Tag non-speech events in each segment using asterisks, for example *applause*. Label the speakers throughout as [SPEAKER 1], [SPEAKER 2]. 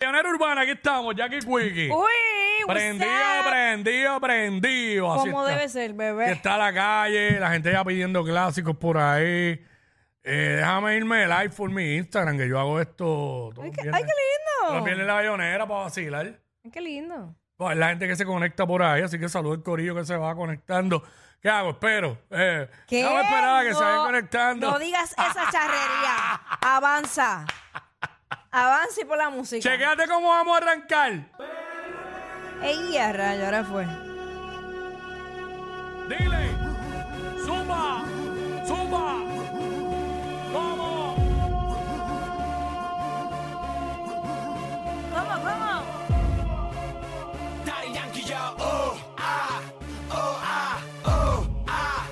[SPEAKER 1] Pionera urbana, aquí estamos, Jackie Quickie.
[SPEAKER 2] Uy, what's
[SPEAKER 1] Prendido,
[SPEAKER 2] up?
[SPEAKER 1] prendido, prendido. Así
[SPEAKER 2] ¿Cómo
[SPEAKER 1] está.
[SPEAKER 2] debe ser,
[SPEAKER 1] Aquí
[SPEAKER 2] bebé?
[SPEAKER 1] está la calle, la gente ya pidiendo clásicos por ahí. Eh, déjame irme live por mi Instagram, que yo hago esto.
[SPEAKER 2] Ay, qué, ay, qué
[SPEAKER 1] Los
[SPEAKER 2] lindo.
[SPEAKER 1] viernes la bayonera para vacilar.
[SPEAKER 2] Ay, qué lindo.
[SPEAKER 1] Bueno, La gente que se conecta por ahí, así que saludo el corillo que se va conectando. ¿Qué hago? Espero. Eh,
[SPEAKER 2] ¿Qué?
[SPEAKER 1] déjame esperar a que se
[SPEAKER 2] No,
[SPEAKER 1] vayan conectando.
[SPEAKER 2] No digas esa charrería. Avanza. Avance por la música.
[SPEAKER 1] Chequéate cómo vamos a arrancar.
[SPEAKER 2] Ey, a rayo, ahora fue.
[SPEAKER 1] Dile, suba, suba. ¿Cómo?
[SPEAKER 2] ¿Cómo, cómo?
[SPEAKER 3] Daddy Yankee, yo. Oh, ah, oh, ah, oh, ah,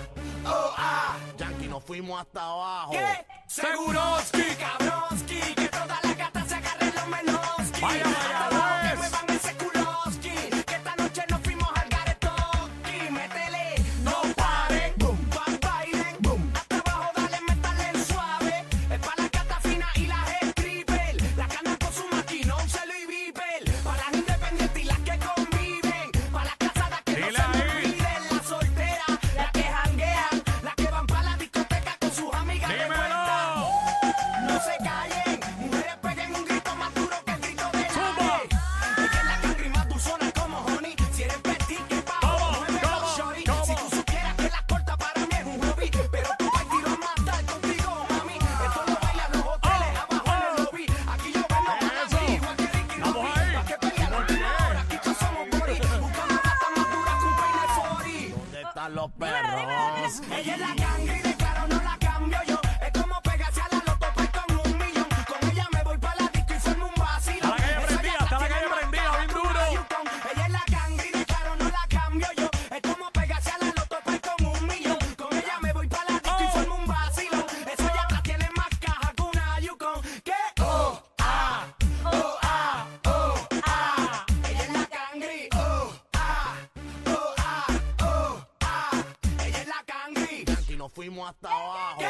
[SPEAKER 3] oh, ah.
[SPEAKER 4] Yankee, nos fuimos hasta abajo.
[SPEAKER 3] ¿Qué? Seguroski, cabroski, que toda la gata se agarre los meloski.
[SPEAKER 1] Vaya, pues. vaya,
[SPEAKER 3] Hasta abajo
[SPEAKER 1] ves.
[SPEAKER 3] que muevan ese culoski, que esta noche nos fuimos al garetoki. Métele, no pare, boom, pa' bailen, boom. Hasta abajo, dale, métale el suave. Es para la gata fina y las stripper. Las que andan con su maquinón, se lo y viper. Para las independientes y las que conviven. Para las casadas que no
[SPEAKER 1] Dile
[SPEAKER 3] se nos
[SPEAKER 1] ahí.
[SPEAKER 3] olviden. Las solteras, las que janguean, las que van para la discoteca con sus amigas. de vuelta.
[SPEAKER 1] Dímelo.
[SPEAKER 3] No se callen, mujeres peguen un grito más duro que el grito de
[SPEAKER 1] Zumba.
[SPEAKER 3] la Y que la cangri más dulzona como honey Si eres petit, que pa'
[SPEAKER 1] ¿Cómo?
[SPEAKER 3] muévelo,
[SPEAKER 1] ¿Cómo?
[SPEAKER 3] shorty
[SPEAKER 1] ¿Cómo?
[SPEAKER 3] Si tú supieras que la corta para mí es un hobby Pero compartir a matar contigo, mami Esto lo bailan los hoteles, abajo en el lobby Aquí yo vengo
[SPEAKER 1] Oh, Eso.
[SPEAKER 3] para ti, igual que Ricky
[SPEAKER 1] Vamos
[SPEAKER 3] Bobby
[SPEAKER 1] ahí.
[SPEAKER 3] Pa' que pelea
[SPEAKER 1] Muy
[SPEAKER 3] la
[SPEAKER 1] bien.
[SPEAKER 3] ahora, aquí todos somos body Buscando gatas más duras que un peine
[SPEAKER 4] ¿Dónde
[SPEAKER 3] 40
[SPEAKER 4] están los
[SPEAKER 2] dímelo, dímelo, dímelo.
[SPEAKER 4] perros?
[SPEAKER 3] ella es la gangri, de claro no la cambio yo. Es como pegarse a la loto pues, con un millón. Con ella me voy para la disco y formo un vacilo.
[SPEAKER 1] A la calle
[SPEAKER 3] Esa
[SPEAKER 1] prendida,
[SPEAKER 3] gata
[SPEAKER 1] está la
[SPEAKER 3] tiene
[SPEAKER 1] calle
[SPEAKER 3] más
[SPEAKER 1] prendida,
[SPEAKER 3] cara
[SPEAKER 1] bien
[SPEAKER 3] que un
[SPEAKER 1] duro.
[SPEAKER 3] Yukon. Ella es la gangri, de claro no la cambio yo. Es como pegarse a la loto pues, con un millón. Con ella me voy para la disco y
[SPEAKER 1] Oh.
[SPEAKER 3] formo un vacilo. Esa gata tiene más caja que una Yukon. Que oh, ah, oh, ah, oh, ah. Ella es la gangri, oh, ah, oh, ah, oh, ah. Ella es la gangri.
[SPEAKER 4] Yankee, nos fuimos hasta abajo.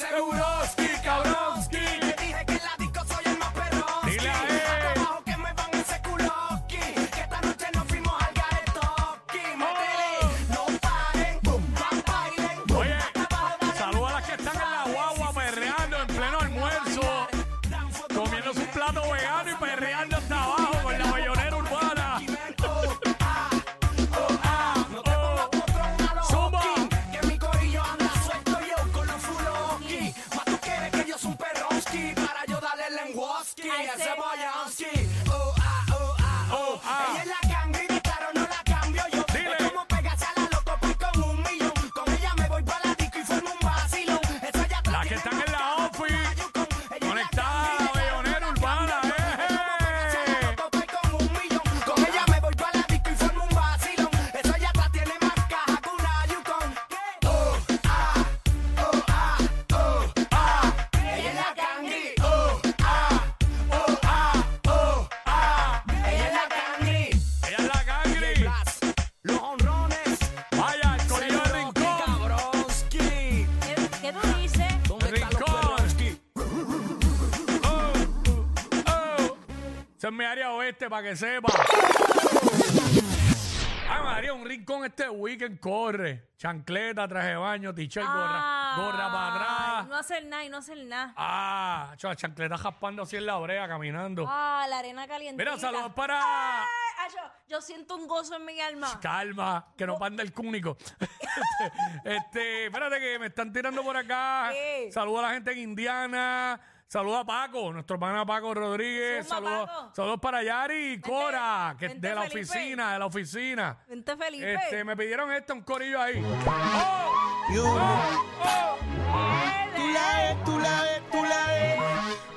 [SPEAKER 3] Seguroski, cabroski. Te dije que en la disco soy el más perroski.
[SPEAKER 1] Dile a él.
[SPEAKER 3] Hasta abajo que me van ese culoski. Que esta noche nos fuimos al garetoki.
[SPEAKER 1] Oh.
[SPEAKER 3] Métele, no paren, boom, bam, bailen, boom.
[SPEAKER 1] Oye,
[SPEAKER 3] Hasta abajo, dale,
[SPEAKER 1] saludos a las que están en la guagua perreando en pleno almuerzo,
[SPEAKER 3] dan fotos,
[SPEAKER 1] comiendo su plato vegano y perreando hasta abajo con la bayonera urbana.
[SPEAKER 3] oh, ah, oh, ah. No te pongas potrón a los
[SPEAKER 1] Zumba.
[SPEAKER 3] hockey, Que mi corillo anda suelto yo con los fuloski. Más tú quieres que yo soy un perroski. Para yo darle lenguoski.
[SPEAKER 2] Ay,
[SPEAKER 3] Ese
[SPEAKER 2] sí.
[SPEAKER 3] boyanski. Oh, ah, oh, ah,
[SPEAKER 1] Oh, ah.
[SPEAKER 3] Ella es la gangri, de claro, no la cambio yo.
[SPEAKER 1] Dile.
[SPEAKER 3] Es como pegarse a la loco pues, con un millón. Con ella me voy para la disco y formo un vacilón. Esa ya
[SPEAKER 1] Las que están en la office, conectada a la bayonera urbana. ¡eh, eh!
[SPEAKER 3] con un millón. Con ella me voy para la disco y formo un vacilón. Esa ya atrás tiene más caja que una Yukon. Oh, ah, oh, ah, oh, ah. Ella es la gangri. Oh, ah, oh, ah, oh, ah. Ella es la gangri.
[SPEAKER 1] Ella es la
[SPEAKER 3] J
[SPEAKER 1] cangri.
[SPEAKER 3] Blas, Los honrones.
[SPEAKER 1] Vaya, el corillo de
[SPEAKER 3] Seguroski,
[SPEAKER 1] rincón.
[SPEAKER 3] Cabroski.
[SPEAKER 2] ¿Qué, qué tú dices?
[SPEAKER 3] ¿Dónde están los
[SPEAKER 1] Rincón.
[SPEAKER 3] Perroski?
[SPEAKER 1] Oh, oh. Esa es mi área oeste, para que sepa. Ay, María, un rincón este weekend corre. Chancleta, traje de baño, t-shirt, gorra, gorra para
[SPEAKER 2] Ay,
[SPEAKER 1] atrás.
[SPEAKER 2] No hacer nada y no hacer nada.
[SPEAKER 1] Ah, chua, chancleta jaspando así en la brea, caminando.
[SPEAKER 2] Ah, la arena caliente.
[SPEAKER 1] Mira, saludos para
[SPEAKER 2] yo, siento un gozo en mi alma.
[SPEAKER 1] Calma, que no panda el cúnico. *laughs* este, este, espérate que me están tirando por acá.
[SPEAKER 2] ¿Qué?
[SPEAKER 1] Saludos a la gente en Indiana. Saludos a Paco, nuestro pana Paco Rodríguez.
[SPEAKER 2] Zumba,
[SPEAKER 1] Saludos,
[SPEAKER 2] Paco.
[SPEAKER 1] saludos para Yari y Cora, que
[SPEAKER 2] vente,
[SPEAKER 1] de la
[SPEAKER 2] Felipe.
[SPEAKER 1] oficina, de la oficina.
[SPEAKER 2] Vente, Felipe.
[SPEAKER 1] Este, me pidieron esto, un corillo ahí. ¡Oh! ¡Oh! ¡Oh!
[SPEAKER 5] Tú la ves, tú la ves, tú la ves.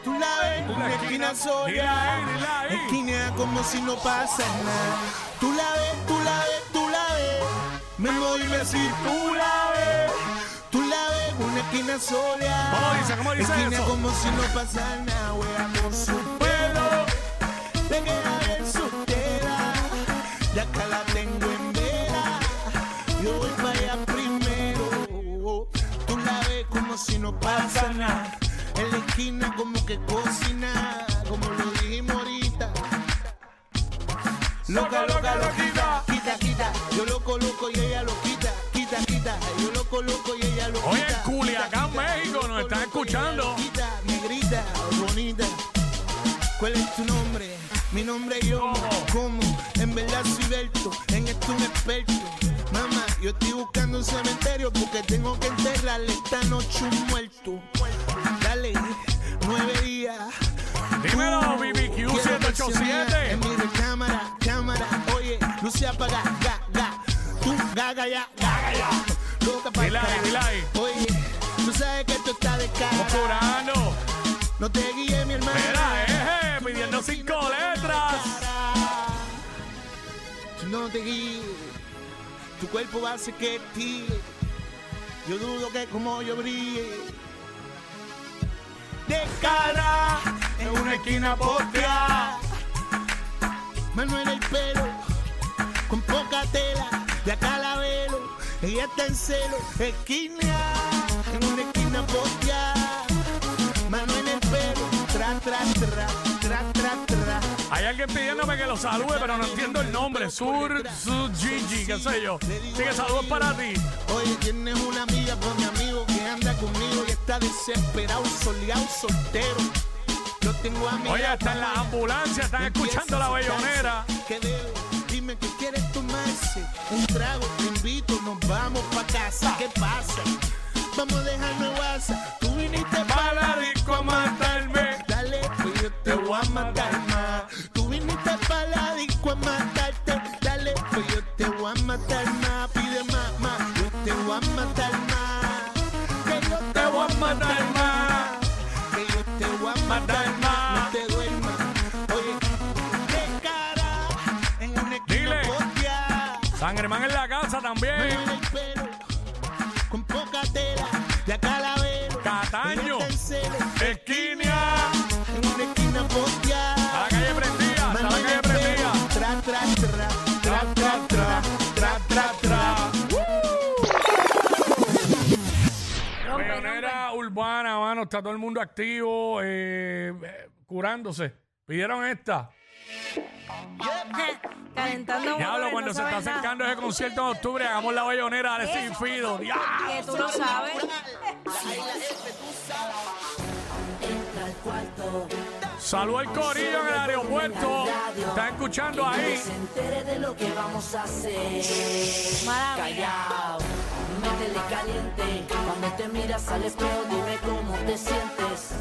[SPEAKER 5] Tú la ves, una esquina
[SPEAKER 1] Dila
[SPEAKER 5] sola.
[SPEAKER 1] ahí, dila ahí.
[SPEAKER 5] Esquina como si no pasa nada. Tú la ves, tú la ves, tú la ves. Me dime si tú la ves. Tú la ves, una esquina sola.
[SPEAKER 1] ¿Cómo dice? ¿Cómo dice
[SPEAKER 5] Esquina
[SPEAKER 1] eso?
[SPEAKER 5] como si no pasa nada. Wea con su pelo. Le queda bien su tela. Ya acá la tengo en vela. Yo voy para allá primero. Tú la ves como si no pasa nada. En la esquina como que cocina. Como lo dijimos ahorita. Loca, loca, loquita. Quita, quita. Yo loco, loco y ella lo quita. Quita, quita. Yo loco, loco y ella lo quita.
[SPEAKER 1] Oye, en Culiacán,
[SPEAKER 5] Quita, quita.
[SPEAKER 1] México, nos
[SPEAKER 5] Loco,
[SPEAKER 1] están
[SPEAKER 5] loco y ella
[SPEAKER 1] escuchando.
[SPEAKER 5] lo Quita, negrita, bonita. ¿Cuál es tu nombre? Mi nombre es yo. ¿Cómo? En verdad soy Berto, en esto un experto. Mamá, yo estoy buscando un cementerio porque tengo que enterrarle esta noche un muerto. Dale, nueve días.
[SPEAKER 1] Dímelo, BBQ
[SPEAKER 5] Quiero
[SPEAKER 1] 787.
[SPEAKER 5] verse mía En mi recámara, cámara, oye, luz se apaga, ga, ga. Tú, gaga ya, gaga ya. Loca para
[SPEAKER 1] Dile ahí, dile ahí.
[SPEAKER 5] Oye, tú sabes que esto está de cara.
[SPEAKER 1] Curando.
[SPEAKER 5] No te guíes, mi hermana.
[SPEAKER 1] Mira, eje, pidiendo cinco letras.
[SPEAKER 5] Tú no te guíes, tu cuerpo va a hacer que ti. Yo dudo que como yo brille. De cara, en una esquina postea. Manuel el pelo, con poca tela, de acá la velo. Ella está en celo, esquina, en una esquina postea. Manuel el pelo, tra, tra, tra, tra, tra, tra.
[SPEAKER 1] Hay alguien pidiéndome que lo salude, pero no entiendo el nombre. Sur, Sur, Gigi, qué sé yo. Así que saludos para ti.
[SPEAKER 5] Oye, tienes una amiga con mi amigo que anda conmigo y está desesperado, soleado, soltero. Yo tengo amigas.
[SPEAKER 1] Oye, está en la ambulancia, están escuchando la bellonera.
[SPEAKER 5] ¿Qué debo? Dime que quieres tomarse. Un trago, te invito, nos vamos pa' casa. ¿Qué pasa? Vamos a dejarnos WhatsApp. Tú viniste pa' la
[SPEAKER 1] disco a matarme.
[SPEAKER 5] Dale, pues yo te voy a matar más. Tú viniste pa' la disco a matarte. Dale, pues yo te voy a matar más. Pide más, más. Yo te voy a matar más. Que yo te voy a matar más. Que yo te voy a matar más. No te duermas. Oye, de cara. En una esquina
[SPEAKER 1] Dile.
[SPEAKER 5] botea.
[SPEAKER 1] San Germán en la casa
[SPEAKER 5] Me
[SPEAKER 1] también.
[SPEAKER 5] duele el pelo. Con poca tela. De acá la veo.
[SPEAKER 1] Cataño.
[SPEAKER 5] Ella está en celo,
[SPEAKER 1] Esquinia.
[SPEAKER 5] En una esquina botea.
[SPEAKER 1] A la calle prendida, a la
[SPEAKER 5] Manuel
[SPEAKER 1] calle
[SPEAKER 5] el pelo,
[SPEAKER 1] prendida.
[SPEAKER 5] tra, tra, tra, tra, tra, tra, tra, tra, tra.
[SPEAKER 1] Pionera urbana, mano, está todo el mundo activo, eh, eh, curándose. Pidieron esta.
[SPEAKER 2] Calentando
[SPEAKER 1] Diablo,
[SPEAKER 2] motores,
[SPEAKER 1] cuando
[SPEAKER 2] no
[SPEAKER 1] se está
[SPEAKER 2] saben nada.
[SPEAKER 1] acercando ese concierto en octubre, hagamos la bellonera de Sin Fido. Diablo.
[SPEAKER 2] Que tú no sabes.
[SPEAKER 1] Salud al corillo en el aeropuerto. Está escuchando ahí.
[SPEAKER 6] se entere de lo que vamos a hacer.
[SPEAKER 2] Mala mía.
[SPEAKER 6] Callao, métele caliente. Cuando te miras al espejo, dime cómo te sientes.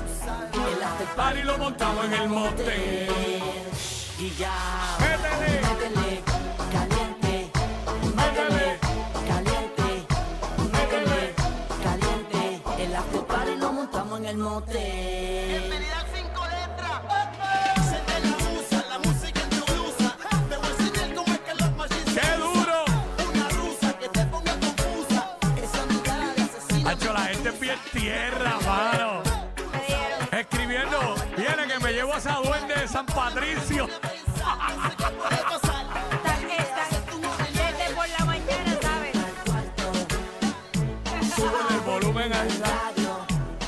[SPEAKER 6] El after
[SPEAKER 1] Party lo montamos en el monte.
[SPEAKER 6] party. Y ya,
[SPEAKER 1] Métele.
[SPEAKER 6] métele caliente. Métele caliente. Métele caliente. El after party lo montamos en el motel.
[SPEAKER 3] Bienvenida a cinco letras. Se te la usa, la música en tu blusa. Te voy a enseñar cómo es que los machistas.
[SPEAKER 1] ¡Qué duro!
[SPEAKER 3] Una rusa que te ponga confusa. Esa mirada de asesina. *laughs*
[SPEAKER 1] Hacho, la gente es bien tierra, mano. Escribiendo, viene que me llevo a esa duende de San Patricio.
[SPEAKER 2] Están- están- Desde por la mañana, ¿sabes?
[SPEAKER 1] Sube el volumen al
[SPEAKER 6] radio,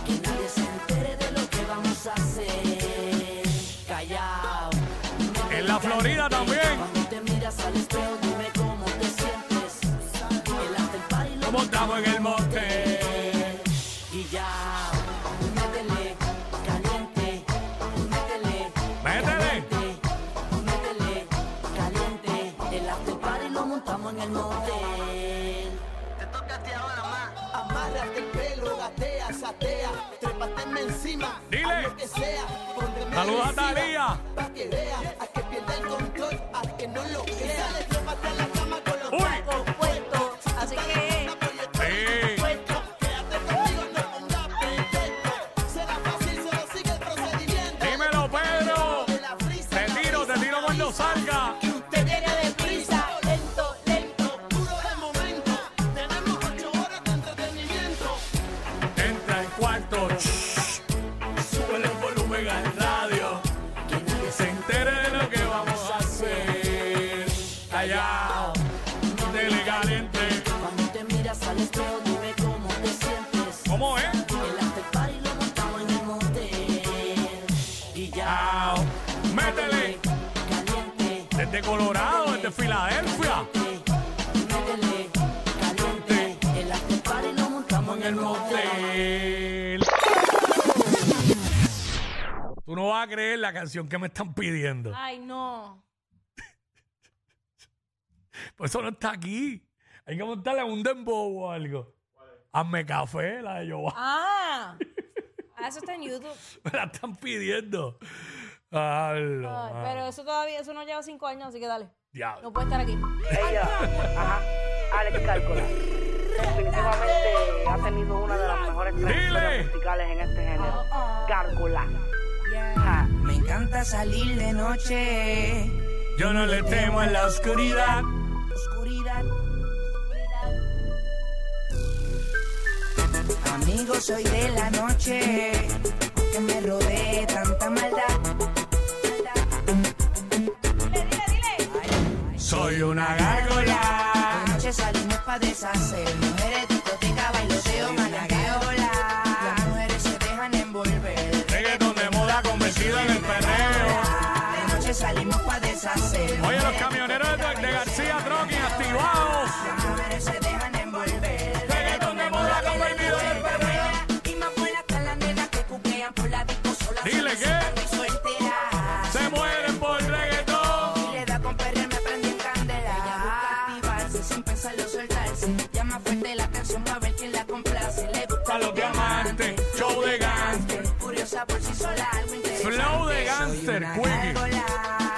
[SPEAKER 6] que nadie se entere de lo que vamos a hacer. Callao.
[SPEAKER 1] En la Florida también.
[SPEAKER 6] Cuando te miras al espejo, dime cómo te sientes. El after party lo
[SPEAKER 1] Lo montamos en el monte.
[SPEAKER 6] y ya. Métele caliente, métele,
[SPEAKER 1] Métele.
[SPEAKER 6] caliente, métele caliente. El after party lo montamos en el motel.
[SPEAKER 3] Te toca a ti ahora, ma. Amárrate el pelo, gatea, satea. Trépateme encima.
[SPEAKER 1] Dile.
[SPEAKER 3] haz Lo que sea. Póndeme
[SPEAKER 1] Saluda a
[SPEAKER 3] encima,
[SPEAKER 1] Talía.
[SPEAKER 3] Pa' que vea. A que pierda el control. A que no lo crea. Dale, trépate a la cama con los
[SPEAKER 1] Uy.
[SPEAKER 3] tacos puestos.
[SPEAKER 2] Así que
[SPEAKER 1] Sí.
[SPEAKER 3] Quédate conmigo, no pongas pretexto. Será fácil, solo sigue el procedimiento.
[SPEAKER 1] Dímelo, Pedro.
[SPEAKER 3] De la frisa,
[SPEAKER 1] Te
[SPEAKER 3] la
[SPEAKER 1] tiro, te
[SPEAKER 3] brisa,
[SPEAKER 1] tiro
[SPEAKER 3] la
[SPEAKER 1] cuando
[SPEAKER 3] brisa.
[SPEAKER 1] salga.
[SPEAKER 3] Que usted viene deprisa, lento, lento, duro de momento. Tenemos ocho horas de entretenimiento.
[SPEAKER 1] Entra al cuarto. shh, Sube el volumen al radio.
[SPEAKER 6] Que nadie
[SPEAKER 1] Se entere de lo que vamos a hacer. Callao. Dele caliente.
[SPEAKER 6] Cuando te miras al espejo, dime cómo te sientes.
[SPEAKER 1] ¿Cómo es?
[SPEAKER 6] El after party lo montamos en el motel. Y ya.
[SPEAKER 1] Chao. Métele.
[SPEAKER 6] Caliente.
[SPEAKER 1] Desde Colorado.
[SPEAKER 3] el de Filadelfia.
[SPEAKER 6] Métele caliente. El after party lo montamos en el motel.
[SPEAKER 1] Del- Tú no vas a creer la canción que me están pidiendo.
[SPEAKER 2] Ay, no.
[SPEAKER 1] Por Pues eso no está aquí. Hay que montarle un dembow o algo. Hazme café, la de Jehová. *laughs*
[SPEAKER 2] Ah. ah, eso está en YouTube.
[SPEAKER 1] Me la están pidiendo. Hazlo,
[SPEAKER 2] Ay,
[SPEAKER 1] mano.
[SPEAKER 2] Pero eso todavía, eso no lleva cinco años, así que dale.
[SPEAKER 1] Diablo.
[SPEAKER 2] No puede estar aquí.
[SPEAKER 7] ella, ajá, Alex Cálcula. Definitivamente ha tenido una de las mejores
[SPEAKER 1] ¡Dile!
[SPEAKER 7] trayectorias musicales en este género.
[SPEAKER 2] Ah.
[SPEAKER 7] Cálcula. Ja.
[SPEAKER 8] Me encanta salir de noche.
[SPEAKER 1] Yo no le temo en la oscuridad.
[SPEAKER 8] Oscuridad. Amigo, soy de la noche. Que me rodee tanta maldad.
[SPEAKER 2] Dile, dile, dile.
[SPEAKER 1] Soy una gárgola.
[SPEAKER 8] De noche salimos pa' deshacer. Mujeres, discoteca, bailoteo, managueo, volar. Las mujeres se dejan envolver.
[SPEAKER 1] Reggaeton de moda convertido en el perreo.
[SPEAKER 8] De noche salimos pa' deshacer.
[SPEAKER 1] Oye, los camioneros de, de García Trucking activados.
[SPEAKER 8] Las mujeres se dejan envolver.
[SPEAKER 1] Reggaeton de moda convertido en el perreo.
[SPEAKER 8] Y más buenas están las nenas que cuquean por la disco sola.
[SPEAKER 1] Dile que
[SPEAKER 8] solteras.
[SPEAKER 1] se mueren por reggaetón.
[SPEAKER 8] Y le da con perrear, me prende en candela. Ella busca activarse sin pensarlo soltarse. Llama fuerte la atención para ver quién la complace. Le gusta
[SPEAKER 1] Pa' los diamantes, show de gangster.
[SPEAKER 8] Curiosa por sí sola, algo interesante.
[SPEAKER 1] Flow de gangster, Quickie.
[SPEAKER 8] Gárgola.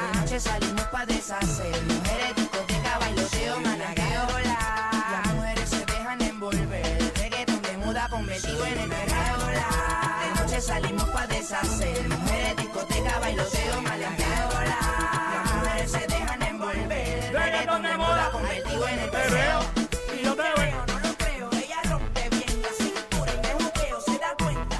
[SPEAKER 8] De noche salimos pa' deshacer. Mujeres, discoteca, bailoteo, managueo, hola. Las mujeres se dejan envolver. Reggaeton de muda convertido en el perreo, hola. De noche salimos pa' deshacer. Mujeres, discoteca, bailoteo, managueo, hola. Las mujeres se dejan envolver.
[SPEAKER 1] Reggaeton de moda
[SPEAKER 8] convertido en el
[SPEAKER 1] Perreo. Y yo te veo.
[SPEAKER 8] no lo creo, ella rompe bien la cintura y me juqueo, se da cuenta.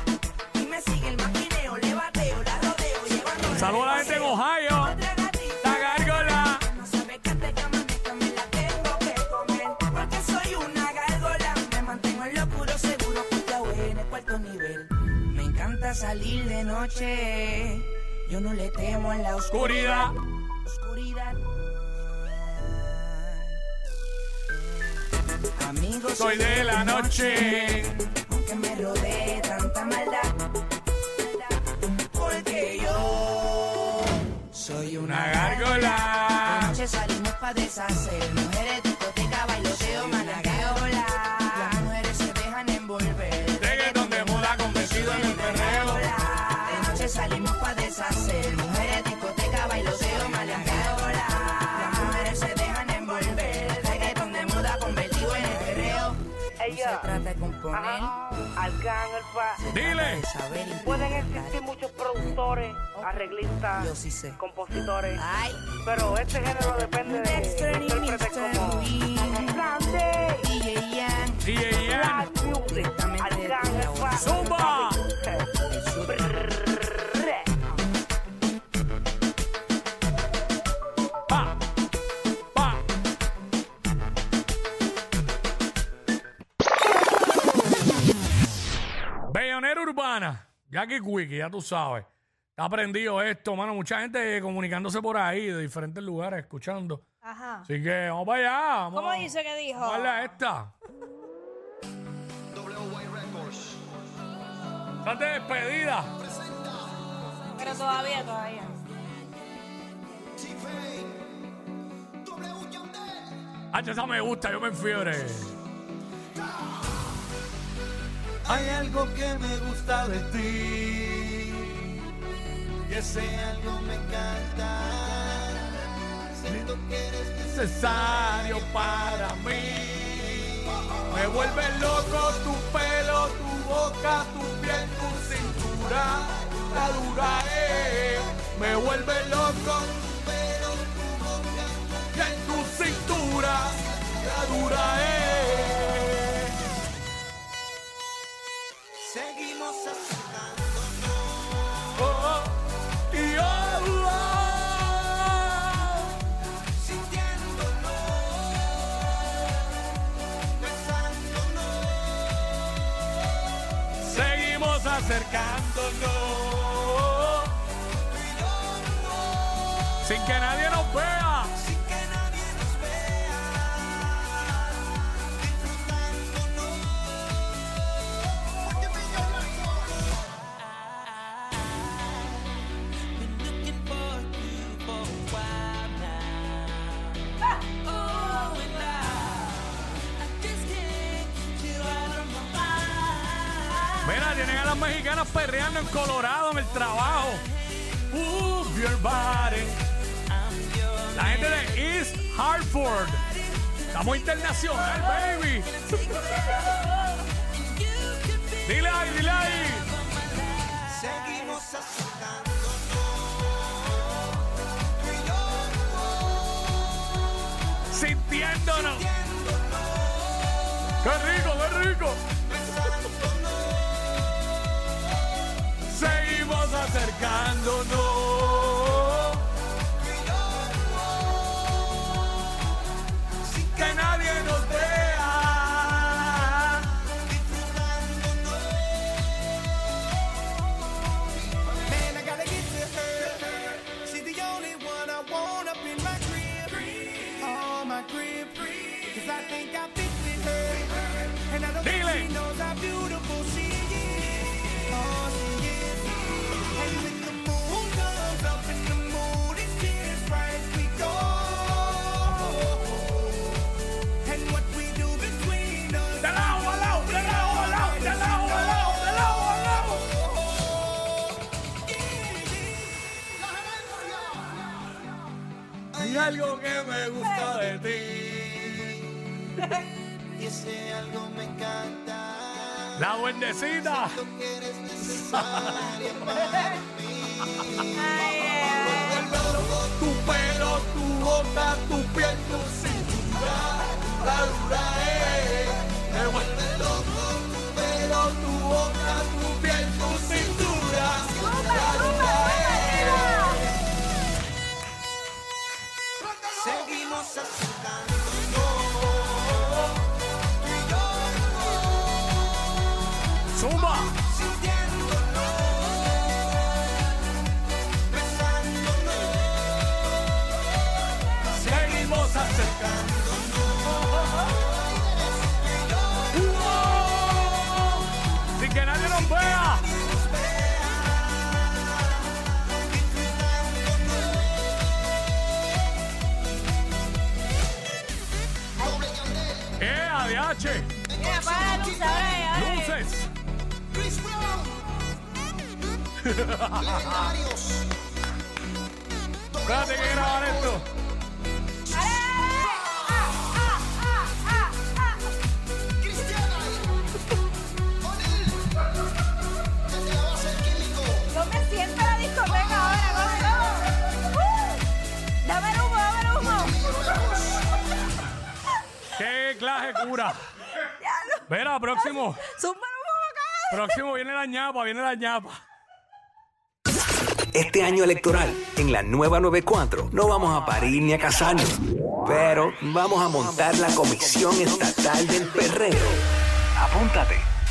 [SPEAKER 8] Y me sigue el maquineo, le bateo, la rodeo, llevando
[SPEAKER 1] Saludos a la gente en Ohio.
[SPEAKER 8] Otra
[SPEAKER 1] La
[SPEAKER 8] gatita,
[SPEAKER 1] gárgola.
[SPEAKER 8] no sabe que te llaman, esta me la tengo que comer. Porque soy una gárgola, me mantengo en lo puro, seguro, puta en el cuarto nivel. Me encanta salir de noche, yo no le temo en la
[SPEAKER 1] Oscuridad.
[SPEAKER 8] oscuridad. Amigos,
[SPEAKER 1] Soy de la noche.
[SPEAKER 8] aunque me rodee tanta maldad, porque yo soy
[SPEAKER 1] Una
[SPEAKER 8] una
[SPEAKER 1] gárgola.
[SPEAKER 8] noche salimos pa' deshacer. Mujeres, discoteca, bailoteo, managueo, hola. Las mujeres se dejan envolver.
[SPEAKER 1] Reggaeton de moda convertido en el perreo.
[SPEAKER 8] Hola. De noche salimos pa' deshacer. Mujeres, discoteca, bailoteo, managueo, hola. Las mujeres se dejan envolver. Reggaeton de moda convertido en el perreo.
[SPEAKER 7] Ella,
[SPEAKER 8] Se trata de componer.
[SPEAKER 7] ajá, Alfa.
[SPEAKER 1] Dile.
[SPEAKER 8] de Saber y
[SPEAKER 7] Pueden existir muchos productores, arreglistas,
[SPEAKER 8] Yo sí sé.
[SPEAKER 7] compositores,
[SPEAKER 8] Ay,
[SPEAKER 7] pero este género depende de
[SPEAKER 8] Dexter y
[SPEAKER 7] intérpretes como
[SPEAKER 8] Mr.
[SPEAKER 7] Grande,
[SPEAKER 8] DJ Yan.
[SPEAKER 1] DJ Ian.
[SPEAKER 7] Black Music,
[SPEAKER 8] Directamente de
[SPEAKER 7] Arcángel
[SPEAKER 8] ahora.
[SPEAKER 7] Fá.
[SPEAKER 1] Zumba.
[SPEAKER 8] el super-
[SPEAKER 7] Re.
[SPEAKER 1] Pa. Pa. Bellonera Urbana. Jackie Quickie, ya tú sabes. Está aprendido esto, mano. Mucha gente comunicándose por ahí, de diferentes lugares, escuchando.
[SPEAKER 2] Ajá.
[SPEAKER 1] Así que vamos para allá. Vamos,
[SPEAKER 2] ¿Cómo dice que dijo?
[SPEAKER 1] Vamos a darle a esta. Estás de despedida.
[SPEAKER 2] Pero todavía, todavía.
[SPEAKER 1] Ah, esa me gusta, yo me enfiebre.
[SPEAKER 5] Hay algo que me gusta de ti. Y ese algo me encanta. Siento que eres
[SPEAKER 1] necesario para mí. Me vuelve loco tu pelo, tu boca, tu piel, tu cintura, la dura eh. Me vuelve loco tu pelo, tu boca, tu piel, tu cintura, la dura eh.
[SPEAKER 5] Seguimos así.
[SPEAKER 1] Oh, oh, y oh, oh. Seguimos acercándonos. Sin que nadie nos vea.
[SPEAKER 5] Sin que nadie
[SPEAKER 1] Mira, tienen a las mexicanas perreando en Colorado en el trabajo. Move your body. La gente de East Hartford. Estamos internacional, baby. Dile ahí, dile ahí.
[SPEAKER 3] Seguimos azotando.
[SPEAKER 1] sintiéndonos. ¡Qué rico, qué rico! Seguimos acercándonos. Sin que nadie nos vea.
[SPEAKER 3] Man, I gotta get to her. She's the only one I want up in my crib. Oh, my crib. Cause I think I fit with her. And I don't think
[SPEAKER 1] Dile.
[SPEAKER 3] she knows how beautiful she is. Oh, she is. And when the moon comes up and the moon is just right, we go. And what we do between us.
[SPEAKER 1] Del agua, al agua, del agua, al agua, del agua, al agua, del agua, al agua. Hay algo que me gusta de ti.
[SPEAKER 3] *laughs* Y ese algo me encanta.
[SPEAKER 1] La duendecita.
[SPEAKER 2] Ay, ay, ay.
[SPEAKER 1] Tu pelo, tu boca, tu piel, tu cintura. La dura es. Me vuelve loco. Tu pelo, tu boca, tu piel, tu cintura. La dura es.
[SPEAKER 3] Seguimos asustando.
[SPEAKER 1] Zumba. Seguimos acercando. ¡Wow! Sin que nadie nos vea. ¡Eh, ADH!
[SPEAKER 2] Mira, para la luz, ahora, ahora.
[SPEAKER 1] ¡Luces! Espérate que grabar esto.
[SPEAKER 2] Yo me siento en la discoteca ahora, ¿no? Uh, Dame el humo, dame el humo.
[SPEAKER 1] ¡Qué clase cura!
[SPEAKER 2] *laughs* Ya no.
[SPEAKER 1] Verá, próximo.
[SPEAKER 2] Zumba el humo acá.
[SPEAKER 1] Próximo viene la ñapa, viene la ñapa.
[SPEAKER 7] Este año electoral, en la nueva 94, no vamos a parir ni a casarnos, E. pero vamos a montar la Comisión Estatal del Perreo. Apúntate.